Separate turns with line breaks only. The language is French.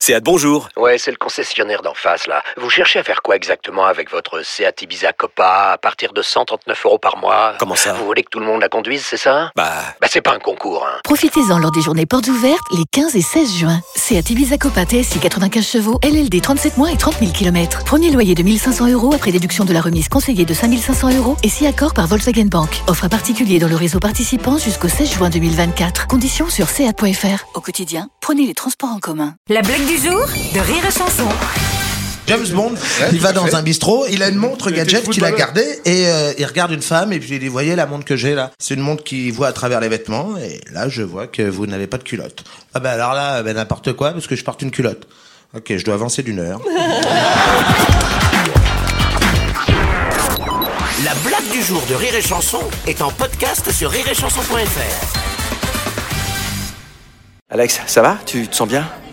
Seat, bonjour.
Ouais, c'est le concessionnaire d'en face, là. Vous cherchez à faire quoi exactement avec votre Seat Ibiza Copa à partir de 139 euros par mois
Comment ça
Vous voulez que tout le monde la conduise, c'est ça
Bah,
Bah, c'est pas un concours, hein.
Profitez-en lors des journées portes ouvertes les 15 et 16 juin. C'est à Ibiza Copa TSI 95 chevaux, LLD 37 mois et 30 000 km. Premier loyer de 1500 euros après déduction de la remise conseillée de 5500 euros et si accord par Volkswagen Bank. Offre à particulier dans le réseau participant jusqu'au 16 juin 2024. Conditions sur seat.fr. Au quotidien, prenez les transports en commun.
La blague du jour de Rire et Chanson.
James Bond, il va dans un bistrot, il a une montre gadget qu'il a gardée et euh, il regarde une femme et puis il dit voyez la montre que j'ai là, c'est une montre qui voit à travers les vêtements et là je vois que vous n'avez pas de culotte. Ah bah alors là ben n'importe quoi parce que je porte une culotte. Ok, je dois avancer d'une heure.
La blague du jour de Rire et Chanson est en podcast sur rireetchanson.fr.
Alex, ça va Tu te sens bien Euh,